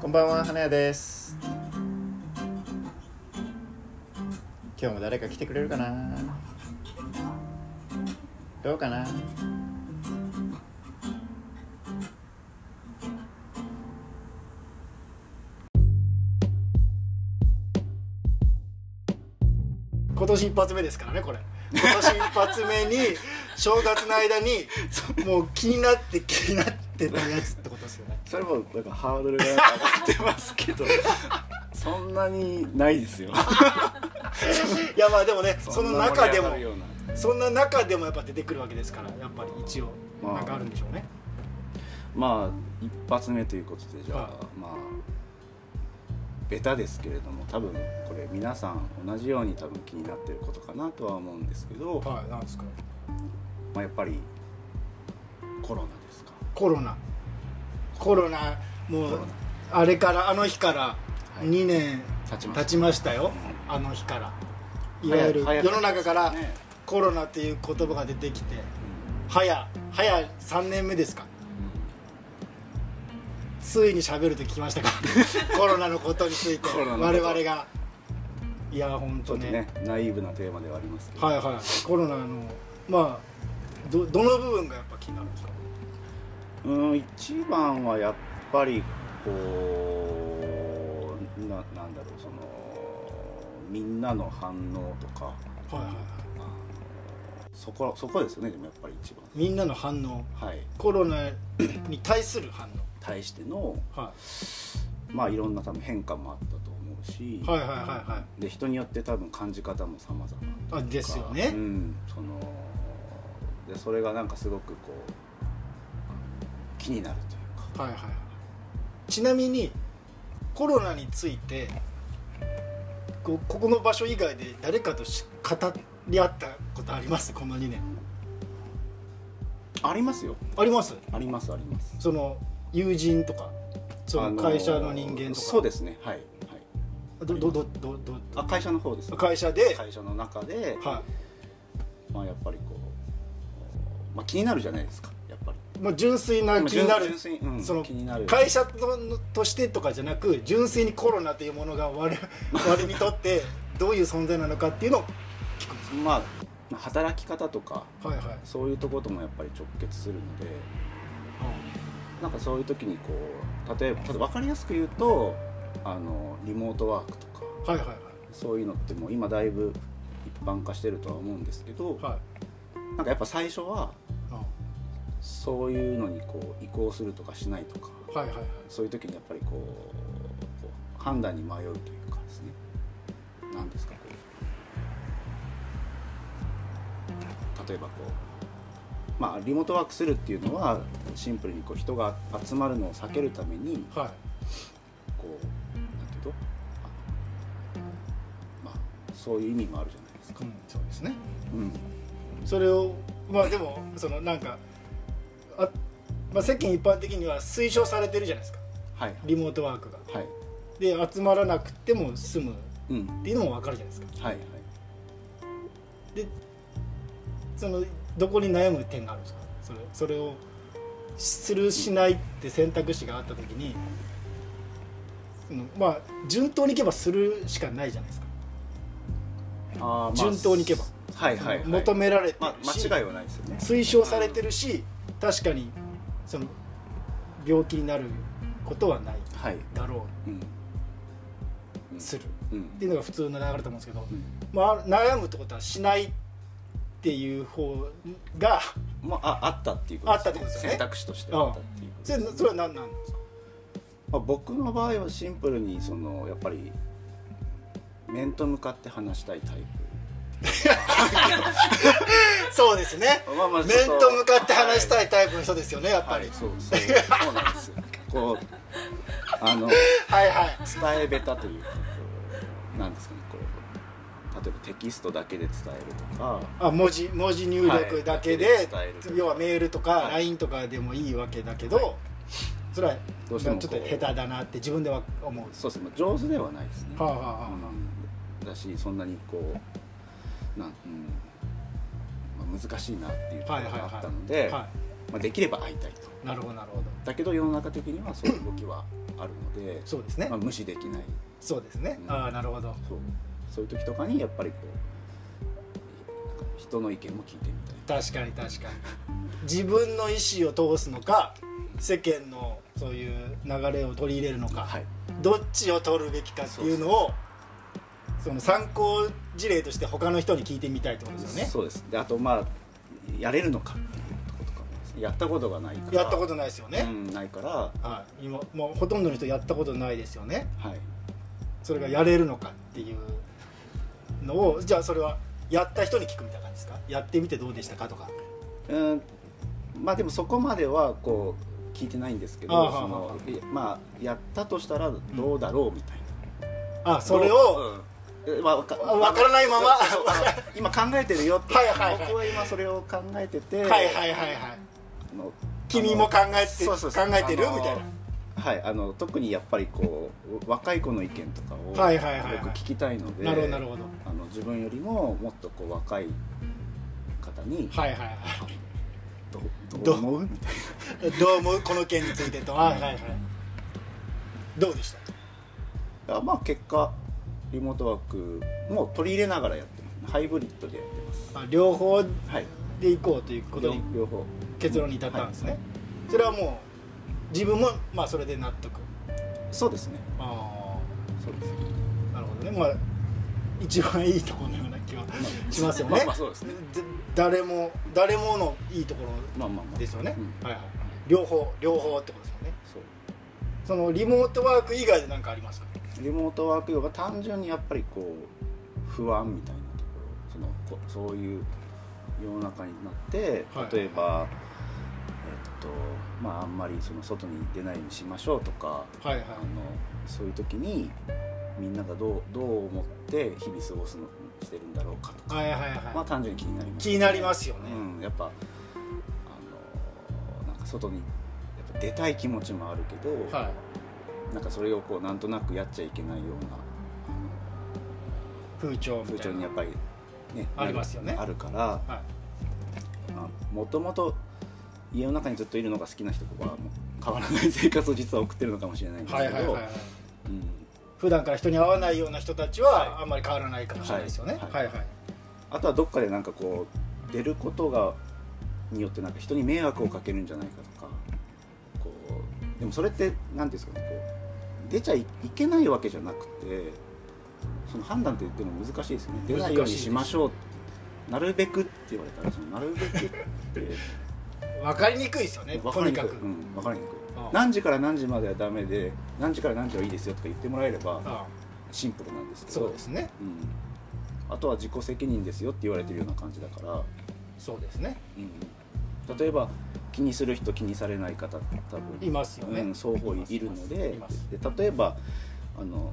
こんばんは、花屋です。今日も誰か来てくれるかな。どうかな。今年一発目ですからねこれ今年一発目に正月の間にもう気になって気になってたやつってことですよ ねそれもなんかハー ドルが上がってますけどそんなにないですよいやまあでもねその中でも そんな盛り上がるようなそんな中でもやっぱ出てくるわけですからやっぱり一応まあなんかあるんでしょうね、まあ一発目ということでじゃあ、はいまあベタですけれども多分これ皆さん同じように多分気になってることかなとは思うんですけど、まはいなんですかあ、やっぱりコロナですかコロナコロナもコうロナあれからあの日からはい2年経ちました経ちましたよ、あの日からいわゆる早い世の中からねコロナっていう言葉が出てきて早早3年目ですかついに喋ると聞きましたか コロナのことについてコロナのこ我と々がいや本ち当ょっとねねナイーブなテーマではありますけど、はいはいコロナのまあどどの部分がやっぱ気になるんですかうん一番はやっぱりこうななんだろうそのみんなの反応とかはいはいはいそこそこですよねでもやっぱり一番みんなの反応はいコロナに対する反対しての応、はまあいろんな多分変化もあったと思うしい、、はいはいはで人によって多分感じ方も様々いはいあですよね、うん、そのでそれがなんかすごくこう気になるというかはいはいはいちなみにコロナについてこここの場所以外で誰かとし語り合ったことありますこの2年ありますよありますありますありますその友人とかそあのの会社の人間とかそうですねはい、はい、どどどどどあ会社の方です、ど会社で、会社の中で、はまあやっぱりこう、まあ、気になるじゃないですかやっぱりい、もう純粋な気になる純粋に、うん、その気になる会社とのとしてとかじゃなく純粋にコロナというものが我 々我々にとってどういう存在なのかっていうのをまあまあ働き方とかはいはい、そういうところともやっぱり直結するのでなんかそういう時にこう例えば分かりやすく言うとあのリモートワークとかはいはいはそういうのってもう今だいぶ一般化してるとは思うんですけど、いはいなんかやっぱ最初はうそういうのにこう移行するとかしないとかんはいはいはいそういう時にやっぱりこうこう判断に迷うというかですね何ですかこう例えばこうまあリモートワークするっていうのはシンプルにこう人が集まるのを避けるためにはいこうなんていうとあのまあそういう意味もあるじゃないですか。うん、そうですねうんそれをまあでもそのなんかあ、まあ、世間一般的には推奨されてるじゃないですかはいリモートワークがはいで集まらなくても済むっうんはていうのも分かるじゃないですかいはいでそのどこに悩む点があるんですかそれそれをするしないって選択肢があった時にそのまあ順当にいけばするしかないじゃないですかあー、まあ順当にいけばはいはい、はい、求められてまあるし、間違いはないですよね。推奨されてるし確かにその病気になることはないはいだろうんううんするうんっていうのが普通の流れだと思うんですけどう、んまあ、悩むってことはしないっていう方がまあ、ああったっていうことあったってことですよね選択肢としてあったっていうこそとれそれは何なんですかまあ、僕の場合はシンプルにそのやっぱり面と向かって話したいタイそうですねプ、まあまあ面と向かって話したいいタイプの人ですよねやっぱはい、りはい、そうそうそうな んですよこうあのはいはい伝えべたというかこうなんですかねこう例えばテキストだけで伝えるとかあ文字文字入力だけで、はいだけで伝える要はメールとかはい LINE とかでもいいわけだけど、はいそれはどうしてもこちょうっと下手だなって自分では思うそうですね上手ではないですねはあ、はあはうん、だしそんなにこうなん、うんまあ難しいなっていうところがあったので、あはまあ、できれば会いたいとなるほどなるほどだけど世の中的にはそういう動きはあるので、そうですね、まあ、無視できないそうですね、うんああなるほどそうそういう時とかにやっぱりこうなんか人の意見も聞いてみたい確かに確かに自分の意思を通すのか世間のそういう流れを取り入れるのか、はいどっちを取るべきかっていうのをその参考事例として他の人に聞いてみたいってことですよねそうですであとまあやれるのかっていうことかもですねやったことがないからやったことないですよね、うん、ないからははい今もうほとんどの人やったことないですよねいそれがやれるのかっていうのをじゃあそれはやった人に聞くみたいな感じですかやってみてどうでしたかとかうんまあでもそこまではこう聞いてないんですけどああそはあはのえまあやったとしたらどうだろうみたいな、あそれを、うんえまあわかあわからないままそうそうあの今考えてるよってはいはいはい僕は今それを考えてて、はいはいはいはいあの君も考えてそうそうそう考えてるあのみたいなはいあの特にやっぱりこう若い子の意見とかをはいはいはいはい僕聞きたいのでなるほどなるほどあの自分よりももっとこう若い方にはいはいはどどどう思うみたいな いどう思うこの件についてとはいはいはいどうでしたやまあ結果リモートワークも取り入れながらやってますハイブリッドでやってますあ両方はいで行こうということに両方結論に至ったんですね、はいそれはもう自分もまあそれで納得そうですねあそうですねあなるほどねまあ一番いいところのような気はしますよねまあまあそうですねぜ誰も誰ものいいとこまあまあまろあですよね、うんはいはい両方両方ってことですよねそそうのリモートワーク以外で何かありますかリモートワーク用が単純にやっぱりこう不安みたいなところそのこそういう世の中になってはい例えば、えっとまああんまりその外に出ないようにしましょうとかはいはいあのそういう時にみんながどうどう思って日々過ごすのしてるんだろうかとか、はいはいはい、まあ単純に気になります気になりますよね、うん、やっぱあのなんか外にやっぱ出たい気持ちもあるけど、はいなんかそれをこうなんとなくやっちゃいけないような風潮みたい風な潮にやっぱりねありますよねあるからはいもともと家の中にずっといるのが好きな人とかはもう変わらない生活を実は送ってるのかもしれないんですはけいはいどはいはいうん普段から人に会わないような人たちははあんまり変わらないかもしれないですよねははいいはいあとはどっかでなんかこう出ることがによってなんか人に迷惑をかけるんじゃないかとかこうでもそれって何ていうんですかねこう出ちゃいいけないわけじゃなくてその判断って言っても難しいですよね出ないようにしましょうなるべくって言われたらそのなるべくって。分かりにくいですよね分とにかくうん、分かりにくいああ何時から何時まではダメで何時から何時はいいですよとか言ってもらえればああシンプルなんですけどそうですねうん、あとは自己責任ですよって言われてるような感じだから、そうですねうん、例えば気にする人気にされない方多分いますよねうん、双方いるのでいますで例えばあの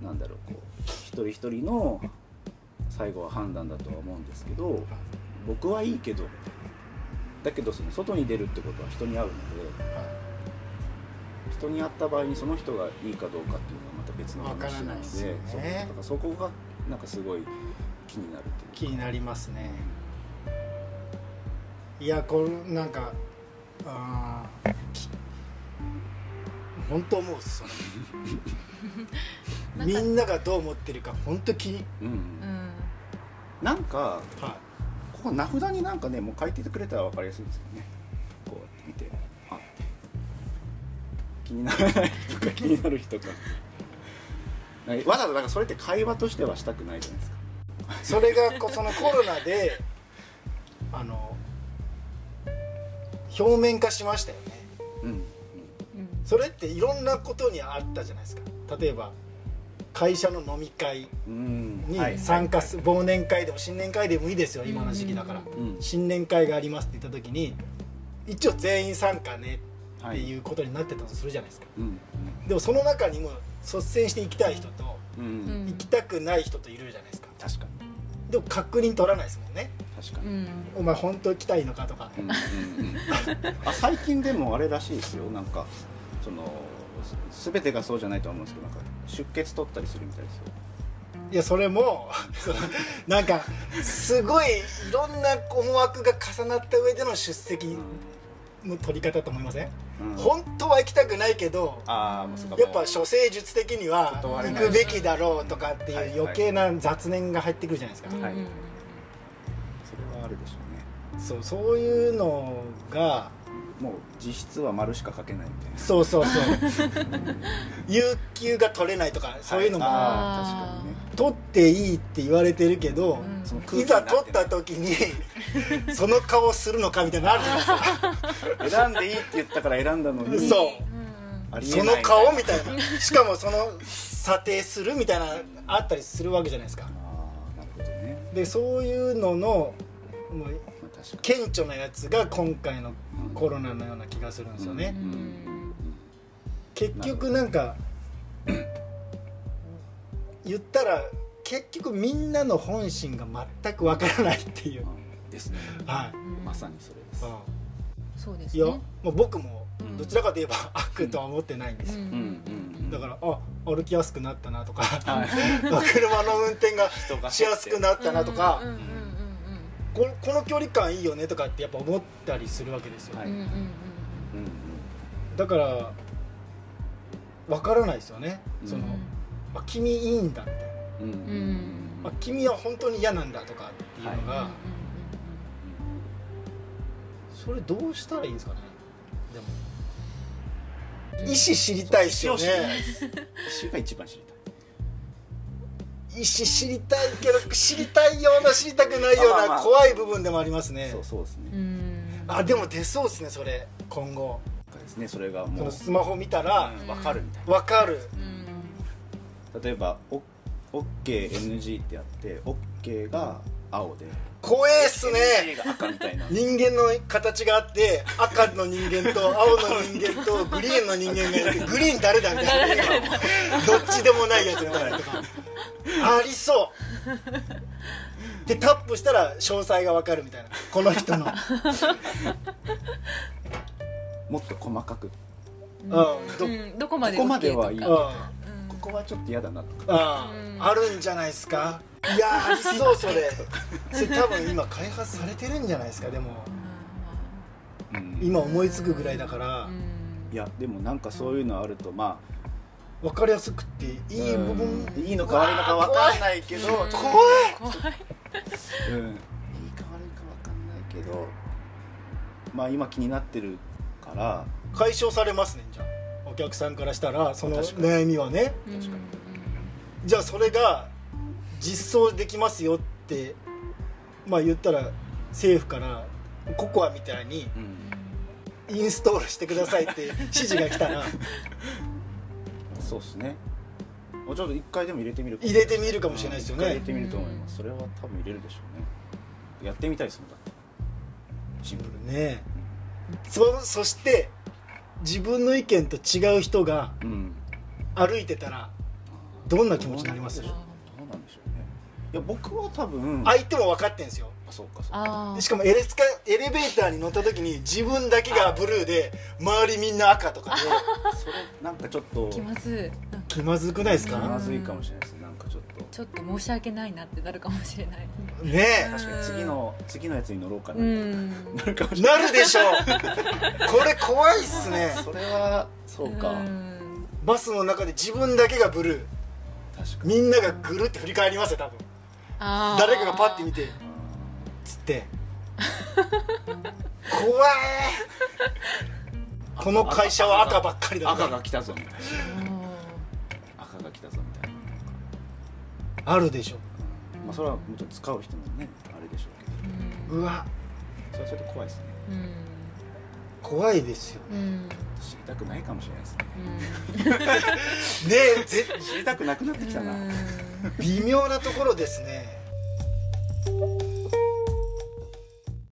なんだろうこう一人一人の最後は判断だとは思うんですけど僕はいいけどだけどその外に出るってことは人に会うので。は人に会った場合にその人がいいかどうかっていうのはまた別のわか話らなないのでですよねそうだからそこがなんかすごい気になるいって気いうかになりますねいやこれなんかああき本当思うっすよねみんながどう思ってるか本当気にうん、うんなんかはここ名札になんかねもう書いててくれたら分かりやすいですよねこうやって見てあって気にならない人 か気になる人かなんかわざわざなんかそれって会話としてはしたくないじゃないですかいそれがこうそのコロナであの表面化しましたよねうん、うん、うんそれっていろんなことにあったじゃないですか例えば会社の飲み会うんはいに参加する忘年会でも新年会でもいいですよ今の時期だからうんうん新年会がありますって言った時に一応全員参加ねっはていいうことになってたとするじゃないですかうんでもその中にも率先して行きたい人とうん、ううん、ん行きたくない人といるじゃないですか確かにでも確認取らないですもんね確かに、うんお前本当行きたいのかとか あ最近でもあれらしいですよなんかそのす全てがそうじゃないとは思うんですけどなんか出血取ったりするみたいですよいやそれも そのなんかすごいいろんな思惑が重なった上での出席の取り方と思いません、うん本当は行きたくないけどああもうそっかやっぱ処世術的には断れ行ないくべきだろうとかっていう余計な雑念が入ってくるじゃないですか、はいうんそれはあるでしょうねそうそういうのがもう実質は丸しか書けないみたいなそうそう そう有給が取れないとかそういうのも、はあーあー確か取っていいって言われてるけど、うんそのいざ取った時 にその顔するのかみたいなのあるじゃないですか選んでいいって言ったから選んだのにそううんありえそないの顔みたいなしかもその査定するみたいなあったりするわけじゃないですかああなるほどね、でそういうののもうまあ、確か顕著なやつが今回のコロナのような気がするんですよね、に、ううんん結局なんか言ったら結局みんなの本心が全くわからないっていうまあですねはい、まさにそれです、そうですいねやもう僕もうんどちらかといえば悪とは思ってないんですよ、うんうんだからあ歩きやすくなったなとかはい 車の運転が人がしやすくなったなとうかんうんここの距離感いいよねとかってやっぱ思ったりするわけですよ、はうんうんういんうんうんうんうんだからわからないですよね、そのうんあ君いいんだってうんうんうんうんあ君は本当に嫌なんだとかっていうのが、うんそれどうしたらいいんですかねでも意思知りたいですよね私が一番知り意思知りたいけど知りたいような知りたくないよまあうまあなまあ怖い部分でもありますたいねそうそうですね、うんうんあでも出そうですねそれ今後なんかですねそれがそものうスマホ見たらうんわかるみたい分かるうんな例えばお OKNG ってあって OK が青で怖えっす NG ねが赤みたいな人間の形があって赤の人間と青の人間とグリーンの人間がいてグリーン誰だみたいなどっちでもないやつみたいなとかありそうでタップしたら詳細が分かるみたいなこの 人の、もっと細かくこうん、どうんどこまでこまで OK とはいいかこうんうんこはちょっと嫌だなとかあうんああるんじゃないですかいやーありそうそれそれ多分今開発されてるんじゃないですかでもうん今思いつくぐらいだからうんいやでもなんかそういうのあるとまあ分かりやすくっていい部分うんいいのか悪いのか分かんないけどうわー怖いうんいいか悪怖いいか分かんないけどまあ今気になってるから解消されますねじゃあお客さんからしたらその確かに悩みはねうん確かにじゃあそれが実装できますよってまあ言ったら政府からココアみたいにうんインストールしてくださいって 指示が来たらそうですねもうちょっと一回でも入れてみる入れてみるかもしれないですよねうん一回入れてみると思いますそれは多分入れるでしょうねやってみたいですもんだってシンプルにねそそして自分の意見と違う人がうん歩いてたらどんな気持ちになりますどうなんでしょうねいや僕は多分相手も分かってんですよあそうかそうかあであしかもエレスカエレベーターに乗った時に自分だけがブルーで周りみんな赤とかでそれなんかちょっと気まずいなんか気まずくないです気まかずいかもしれないですなんかちょっとちょっと申し訳ないなってなるかもしれないね確かに次の次のやつに乗ろうかなうみたいんななるかもしえれないなるでしょうこれ怖いっすねそれはそうかんバスの中で自分だけがブルー確かにみんながぐるって振り返りますよ多分あー誰かがパッて見てつって 怖えこの会社は赤ばっかりだ赤が来たぞみたいなう赤が来たぞみたいなあるでしょまあそれはもちろん使う人もねあれでしょうけどんうわそれはそれで怖いですねうん怖いですようん知りたくないかもしれないです嗯ねねえぜ嗯知りたくなくなってきたな、うん微妙なところですね